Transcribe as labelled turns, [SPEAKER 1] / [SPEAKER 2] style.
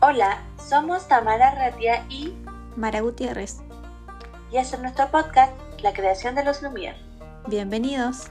[SPEAKER 1] Hola, somos Tamara Ratia y
[SPEAKER 2] Mara Gutiérrez.
[SPEAKER 1] y este es nuestro podcast La creación de los Lumière.
[SPEAKER 2] Bienvenidos.